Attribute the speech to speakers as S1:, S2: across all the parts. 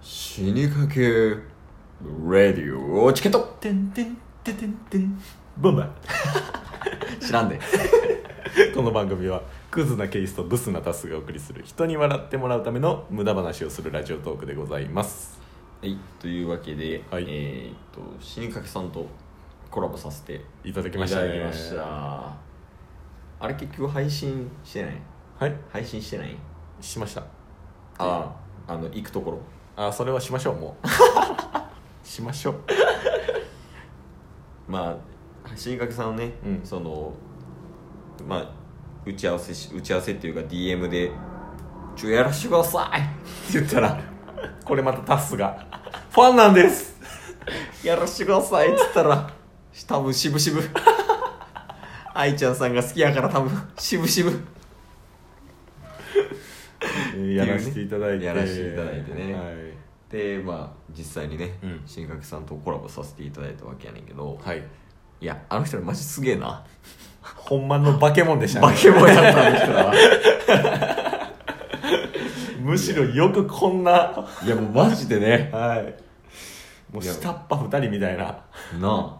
S1: 死にかけレディオチケット
S2: てんてんてんてんてんボンバ
S1: 知らんで
S2: ーこの番組はクズなケースとブスなタスがお送りする人に笑ってもらうための無駄話をするラジオトークでございます
S1: はいというわけで、
S2: はい
S1: えーっと死にかけさんとコラボさせて
S2: いただき
S1: いた
S2: ま
S1: だ
S2: し
S1: き
S2: たね
S1: ましたあれ結局配信してない
S2: はい
S1: 配信してない
S2: しました
S1: あああの行くところ
S2: あそれはしましょうも うしましょう
S1: まあ死にかけさんね、
S2: うん
S1: そのまあ打ち合わせし打ち合わせっていうか DM で「ちょやらしてください!」って言ったら
S2: これまたタスがファンなんです
S1: やらしてくださいっつったら多分しぶしぶ 愛ちゃんさんが好きやから多分しぶしぶ
S2: やらせていただいて
S1: やらせていただいてね
S2: はい
S1: でまあ実際にね、
S2: うん
S1: 新垣さんとコラボさせていただいたわけやねんけど、
S2: はい、
S1: い、やあの人らマジすげえな
S2: ほんまの化け物でしたね
S1: 化け物やったあの人らは
S2: むしろよくこんない
S1: やもうマジでね
S2: はいもう下っ端2人みたいな
S1: なあ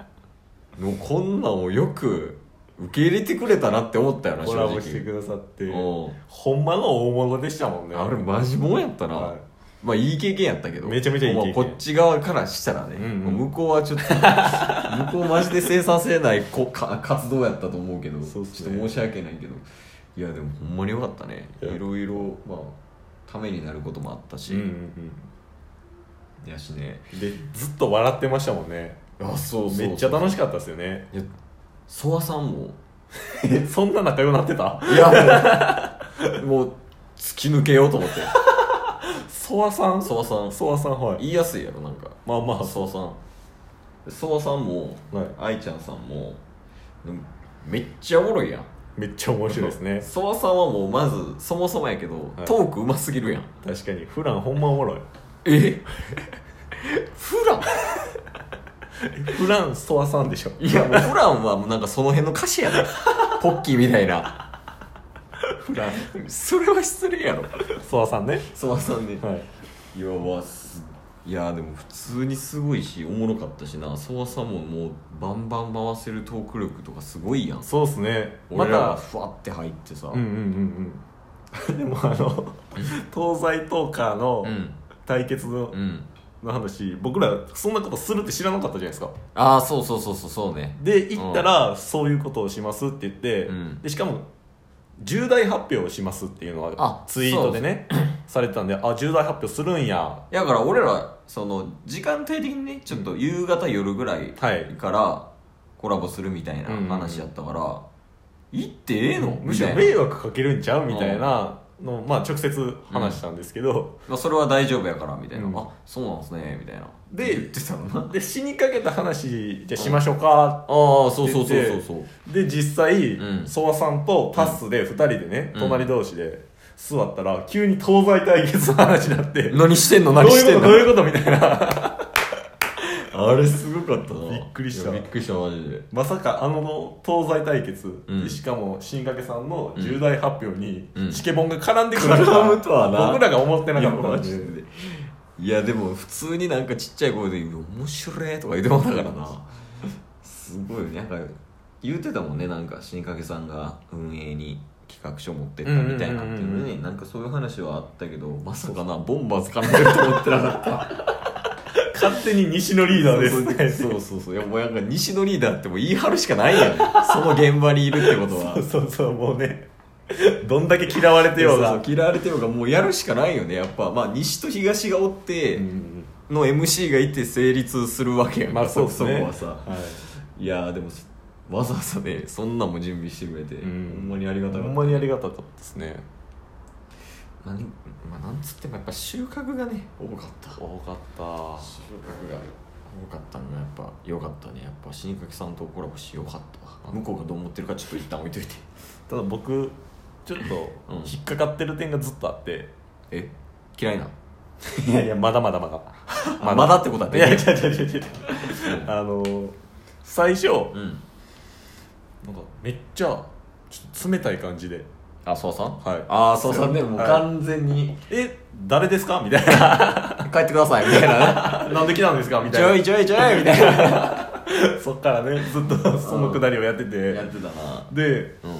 S1: もうこんなんをよく受け入れてくれたなって思ったよな
S2: コ
S1: 正
S2: ラ
S1: 直
S2: ボしてくださって
S1: うん
S2: ほんまの大物でしたもんね
S1: あれマジもんやったな、
S2: はい
S1: まあいい経験やったけど
S2: めちゃめちゃいい経験
S1: まあこっち側からしたらね、
S2: うんうん
S1: もう向こうはちょっと 向こうマジで生産性ないこか活動やったと思うけど
S2: そうっすね
S1: ちょっと申し訳ないけどいやでもほんまによかったね
S2: いや
S1: いろいろまあためになることもあったし、
S2: うんうん
S1: やしね
S2: うんでずっと笑ってましたもんね
S1: あそうそう
S2: めっちゃ楽しかったですよね
S1: いやソワさんも
S2: えそんな仲良くなってた
S1: いやもう もう突き抜けようと思って
S2: ソワさん
S1: ソワさん
S2: ソワさんはい
S1: 言いやすいやろなんか
S2: まあまあ
S1: ソワさんソワさんも
S2: はい
S1: 愛ちゃんさんもうんめっちゃおもろいやん
S2: めっちゃ面白いですね
S1: ソワさんはもうまずそもそもやけど、
S2: はい
S1: トークうますぎるやん
S2: 確かに普段ほんまおもろい
S1: え フラン
S2: 普段ソワさんでしょ
S1: いやもうフランはもうなんかその辺の歌詞や でポッキーみたいな
S2: 普段
S1: それは失礼やろ
S2: ソワさんね
S1: ソワさんで、
S2: はい
S1: い、やまあすいやでも普通にすごいしおもろかったしなソワさんももうバンバン回せるトーク力とかすごいやん
S2: そうっすねま
S1: 俺らが
S2: た
S1: ふわって入ってさ、
S2: うんうんうんうん でもあの東西トーカーの
S1: うん
S2: 対決の
S1: うん
S2: の話僕らそんなことするって知らなかったじゃないですか
S1: ああそうそうそうそうそうね
S2: で行ったらそういうことをしますって言って、
S1: うん
S2: でしかも重大発表をしますっていうのは
S1: あ
S2: ツイートでねされてたんであ重大発表するんや
S1: だから俺らその時間帯的にねちょっと夕方夜ぐらい
S2: はい
S1: からコラボするみたいな話やったから、行ってええの
S2: むしろ
S1: みたいな
S2: 迷惑かけるんちゃうみたいなのまあ直接話したんですけど、
S1: まあ、それは大丈夫やからみたいな、
S2: うん
S1: あそうなんすねみたいな
S2: で
S1: 言ってたのな
S2: で死にかけた話じゃあしましょうか、
S1: ああそうそうそうそうそう
S2: で実際
S1: うん
S2: ソワ、さんとタッスで2人でね、
S1: うん
S2: 隣同士で座ったら急に東西対決の話になって、ど
S1: 何してんの
S2: う
S1: 何して
S2: い
S1: ん
S2: うこと
S1: の
S2: どういうことみたいな
S1: あれすごかったな
S2: びっくりした
S1: いやびっくりしたマジで
S2: まさかあの東西対決、
S1: うん
S2: でしかも新掛さんの重大発表に
S1: うん
S2: チケボンが絡んでくるとは
S1: 絡むとはな
S2: 僕らが思ってない
S1: や
S2: かった
S1: マ
S2: んで
S1: ジでいやでも普通になんかちっちゃい声で「面白い」とか言ってもらったからなすごいよねなんか言ってたもんねなんか新掛さんが運営に企画書持ってったみたいなっていう
S2: うんうん
S1: の
S2: うんう
S1: になんかそういう話はあったけどまさかなボンバーズ絡んでると思ってなかった
S2: 勝手に西 のリーダーですみたいな
S1: そうそうそうそういやもうなんか西のリーダーってもう言い張るしかない やんその現場にいるってことは
S2: そうそうそうもうねどんだけ嫌われてようが
S1: そうそう嫌われてようがもうやるしかないよねやっぱまあ西と東がおって、
S2: うん
S1: の MC がいて成立するわけやん
S2: まあそうですね
S1: こはさ
S2: はい
S1: やーでもそわざわざねそんなんも準備してくれて、
S2: うん
S1: ほんまにありが
S2: い、
S1: た
S2: ほ
S1: かった
S2: んまにありがたかったですね
S1: 何、まあ、なんつってもやっぱ収穫がね多かった
S2: 多かった
S1: 収穫が多かったのがやっぱ良かったねやっぱ新垣さんとコラボしよかったわ向こうがどう思ってるかちょっと一旦置いといて
S2: ただ僕ちょっと
S1: うん
S2: 引っかかってる点がずっとあって、
S1: え嫌いない
S2: やいやまだまだまだ
S1: ままだってことはで
S2: い
S1: きな
S2: や
S1: い
S2: いやいやいやいやあの最初、
S1: うん
S2: なんかめっちゃちょっと冷たい感じで
S1: あそうさん
S2: はい
S1: ああそうさんねもう
S2: はい
S1: 完全に、
S2: 「え誰ですか?」みたいな
S1: 帰ってくださいみたいな
S2: なん で来たんですか み
S1: ち
S2: た
S1: ょ
S2: い
S1: い
S2: な
S1: ちょいちょいみ たいな
S2: そっからねずっとそのくだりをやってて
S1: てたな
S2: で
S1: うん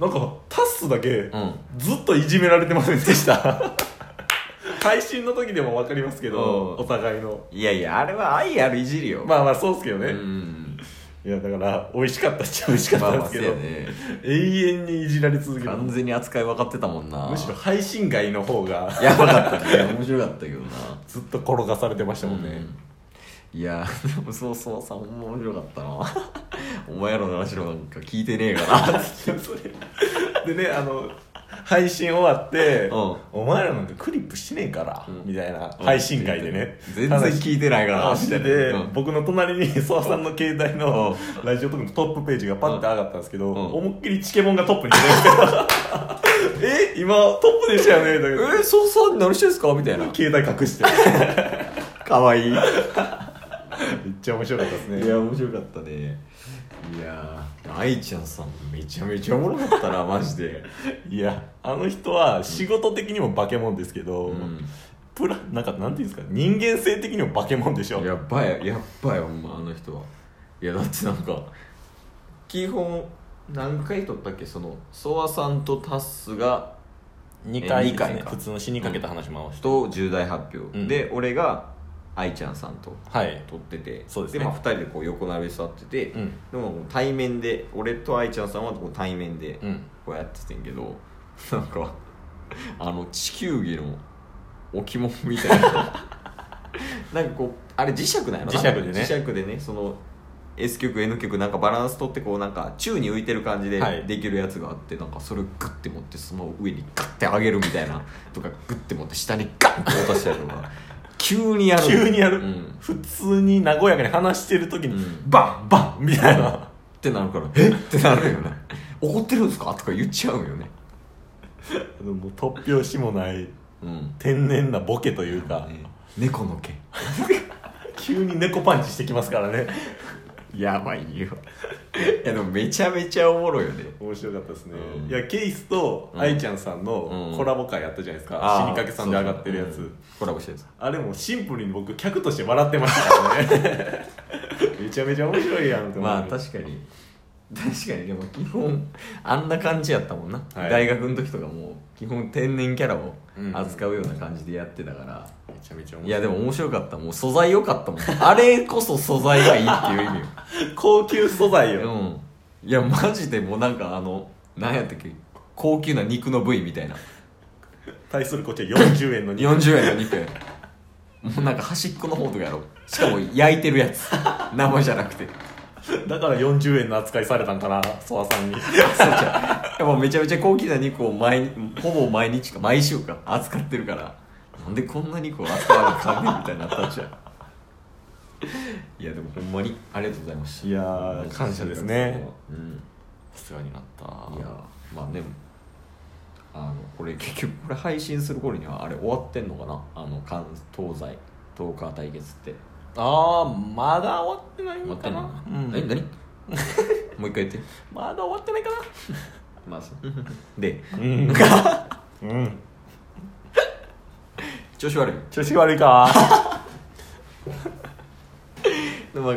S2: なんかタッスだけ
S1: うん
S2: ずっといじめられてませんでした 配信の時でも分かりますけど
S1: うん
S2: お互いの
S1: いやいやあれは愛あるいじりよ
S2: まあまあそうっすけど
S1: あ
S2: ね、
S1: うん
S2: いやだから美味しかったっちゃ美味しかっ
S1: まあ
S2: たん
S1: ま
S2: で
S1: あ
S2: す
S1: そう
S2: けど、
S1: やね
S2: 永遠にいじられ続け る
S1: 完全に扱い分かってたもんな
S2: むしろ配信外の方が
S1: やばかったね面白かったけどな
S2: ずっと転がされてましたもんね、
S1: うんいやでもそうそうさほんま面白かったな お前らの話なんか聞いてねえかな
S2: それでねあの配信終わって、
S1: うん
S2: お前らなんかクリップしてねえから、
S1: うん
S2: みたいな配信外でね、
S1: 全然聞いてないから
S2: 話してて、
S1: うん
S2: 僕の隣に諏訪さんの携帯のラジオトークのトップページがパッて上がったんですけど、
S1: ん
S2: 思いっきりチケモンがトップに出て るえ今トップでしたよねみたい
S1: え
S2: な
S1: ー、そうそう何してんすかみたいな
S2: 携帯隠 して
S1: かわいいいや
S2: めっちゃ面白かったですね
S1: 面白かったねいやー愛ちゃんさんめちゃめちゃおもろかったなマジで
S2: いやあの人は仕事的にも化け物ですけど、
S1: うん
S2: プラなんかなんていうんですか人間性的にも化け物でしょ
S1: やばいやばいほんまあの人はいやだってなんか基本何回撮ったっけそのソワさんとタッスが
S2: 2回で
S1: え二
S2: すね
S1: 回か
S2: 普通の死にかけた話もして、
S1: と重大発表、
S2: うん
S1: で俺が愛ちゃんさんと
S2: はい、
S1: 撮ってて
S2: そうですね
S1: まあ、2人でこう横並びで座ってて、
S2: うん
S1: でももう対面で俺と愛ちゃんさんはこう対面で
S2: うん、
S1: こうやっててんけど、 なんかあの地球儀の置物みたいな なんかこうあれ磁石なんやろな
S2: 磁石でね
S1: 磁石でねその S 曲 N 曲なんかバランス取ってこうなんか宙に浮いてる感じで
S2: はい
S1: できるやつがあって、なんかそれをグッて持ってその上にガッて上げるみたいな とかグッて持って下にガンって落としたりとか 急にやる
S2: 急にやる、
S1: うん、
S2: 普通に和やかに話してる時に、
S1: うん
S2: バンバンみたいな
S1: ってなるから「えっ?」てなるよね「怒ってるんですか?」とか言っちゃうよね
S2: もう突拍子もない
S1: うん
S2: 天然なボケというか、
S1: ね猫の毛
S2: 急に猫パンチしてきますからね
S1: やばいよいやでもめちゃめちゃおもろいよね
S2: 面白かったですね、
S1: うん
S2: いやケイスと
S1: うん
S2: 愛ちゃんさんの
S1: うん
S2: コラボ会あったじゃないですか、死にかけさんで上がってるや
S1: そう
S2: つ、
S1: そううんコラボしたやつ
S2: あれもシンプルに僕客として笑ってましたからね めちゃめちゃ面白いやんって思って
S1: まあ確かに確かにでも基本あんな感じやったもんな、
S2: はい
S1: 大学の時とかもう基本天然キャラを
S2: うん
S1: 扱うような感じでやってたから、
S2: めちゃめちゃ面白い
S1: いやでも面白かったもう素材良かったもんあれこそ素材がいいって いう意味よ
S2: 高級素材よ、
S1: うんいやマジでもうなんかあの何やったっけ高級な肉の部位みたいな
S2: 対するこっちは40円のに
S1: 40円の肉もうなんか端っこの方とかやろうしかも焼いてるやつ生じゃなくて
S2: だから40円の扱いされたんかな諏訪さんに
S1: やっぱめちゃめちゃ高級な肉を毎ほぼ毎日か毎週か扱ってるからなんでこんな肉を扱わなあかんねんみたいになったんちゃういやでもほんまにありがとうございました
S2: いやー感謝ですね
S1: うん
S2: 世話になった
S1: いやまあでもあのこれ結局これ配信する頃にはあれ終わってんのかなあの関東西トーカー対決って
S2: あーまだ終わってない
S1: 終わ
S2: の
S1: って
S2: か
S1: んの
S2: な
S1: か
S2: う
S1: な、え
S2: ん、
S1: 何もう一回言って
S2: まだ終わってないか
S1: まあそうで
S2: なうん
S1: 調子悪い
S2: 調子悪い か
S1: でも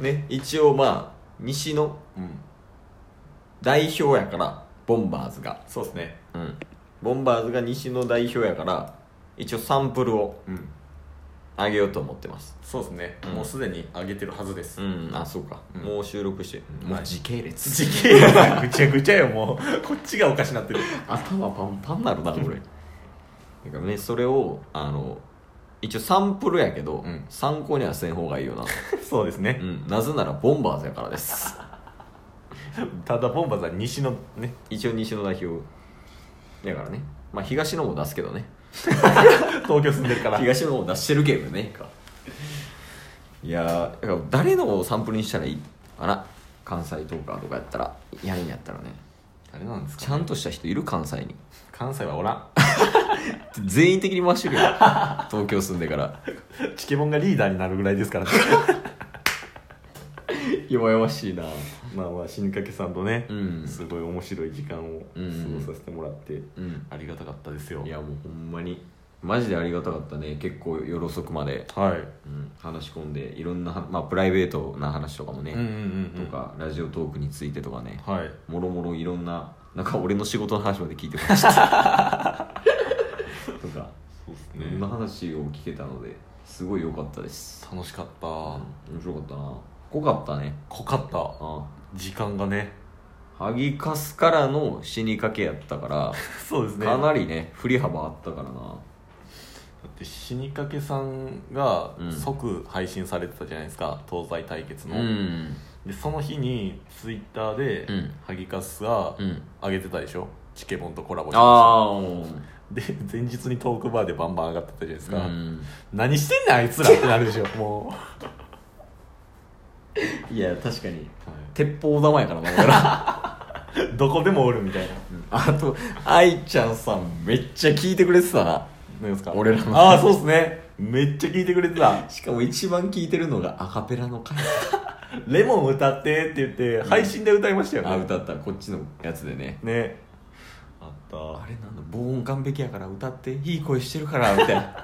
S1: ね一応まあ西の
S2: うん
S1: 代表やからボンバーズが
S2: そうですね
S1: うんボンバーズが西の代表やから一応サンプルを
S2: うん
S1: あげようと思ってます
S2: そうですね、
S1: うん
S2: もうすでに上げてるはずです、
S1: うんあそうか、
S2: うん
S1: もう収録して
S2: うん
S1: もう時系列
S2: 時期がぐちゃぐちゃよもうこっちがおかしな ってる
S1: 頭パンパンなるなこれだからねそれをあの一応サンプルやけど、
S2: うん
S1: 参考にはせん方がいいよな、
S2: そうですね
S1: うん、なぜならボンバーズやからです
S2: ただボンバーさん西のね
S1: 一応西の代表やからねまあ東のも出すけどね
S2: 東京住んでるから
S1: 東のも出してるゲームねいやーだから誰のをサンプルにしたらいいかな関西トーカーとかやったらやるんやったらね
S2: あれなんです
S1: ちゃんとした人いる関西に
S2: 関西はおらん
S1: 全員的に回してるよ東京住んでから
S2: チケモンがリーダーになるぐらい ですからね
S1: 弱々しいな
S2: まあまあ死にかけさんとね、
S1: うん
S2: すごい面白い時間を過
S1: うん
S2: ごさせてもらって、
S1: うん
S2: ありがたかったですよ
S1: いやもうほんまにマジでありがたかったね結構夜遅くまで、
S2: はい
S1: うん、話し込んでいろんなは、まあ、プライベートな話とかもね、
S2: うんうんうんうん
S1: とかラジオトークについてとかね
S2: はい
S1: もろもろいろんななんか俺の仕事の話まで聞いてましたとか
S2: そうです
S1: いろんな話を聞けたのですごい良かったです
S2: 楽しかった
S1: うん面白かったな濃かったね
S2: 濃かった
S1: あ
S2: 時間がね
S1: ハギカスからの死にかけやったから、
S2: そうですね
S1: か
S2: だ
S1: なりね振り幅あったからな
S2: って死にかけさんが
S1: うん
S2: 即配信されてたじゃないですか、東西対決
S1: う
S2: の、
S1: ん
S2: でその日にツイッターで、
S1: うん
S2: ハギカスが
S1: うん
S2: 上げてたでしょチケボンとコラボして
S1: ああうん
S2: で前日にトークバーでバンバン上がってたじゃないですか、
S1: うん
S2: 何してんねんあいつらってなるでしょも
S1: いや確かに
S2: う、
S1: 鉄砲玉やからな俺ら
S2: どこでもおるみたい な
S1: うんあと愛ちゃんさんめっちゃ聞いてくれてたな
S2: 何ですか
S1: 俺らの
S2: ああそうですねめっちゃ聞いてくれてた
S1: しかも一番聞いてるのがアカペラの回
S2: 「レモン歌って」って言って配信で歌いましたよね、
S1: あ歌ったこっちのやつでね
S2: ねあった
S1: あれなんだ防音完璧やから歌っていい声してるからみたい な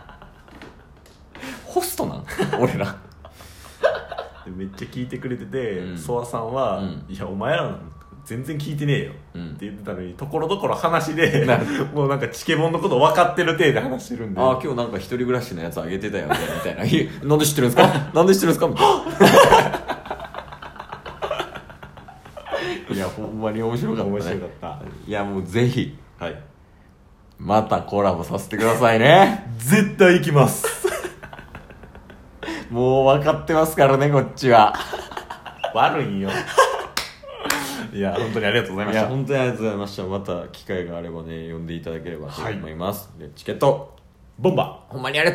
S1: ホストなん俺ら
S2: でめっちゃ聞いてくれてて
S1: うん
S2: ソワ、さんは
S1: うん
S2: 「いやお前らの全然聞いてねえよ」
S1: うん
S2: って言ってたのにところどころ話 で
S1: なる
S2: もうなんかチケボンのこと分かってる体で話してるんで
S1: ああ今日なんか一人暮らしのやつあげてたよみたいないやなんで知ってるんです かなんで知ってるんですかみた いないやほんまに面白かったね
S2: 面白かった
S1: いやもうぜひ
S2: はい
S1: またコラボさせてくださいね
S2: 絶対行きます
S1: もう分かってますからねこっちは
S2: 悪いんよ いや本当にありがとうございま
S1: い
S2: し
S1: や
S2: た
S1: 本当にありがとうございましたまた機会があればね呼んでいただければと思います、でチケット
S2: ボンバー
S1: ほんまにありがとう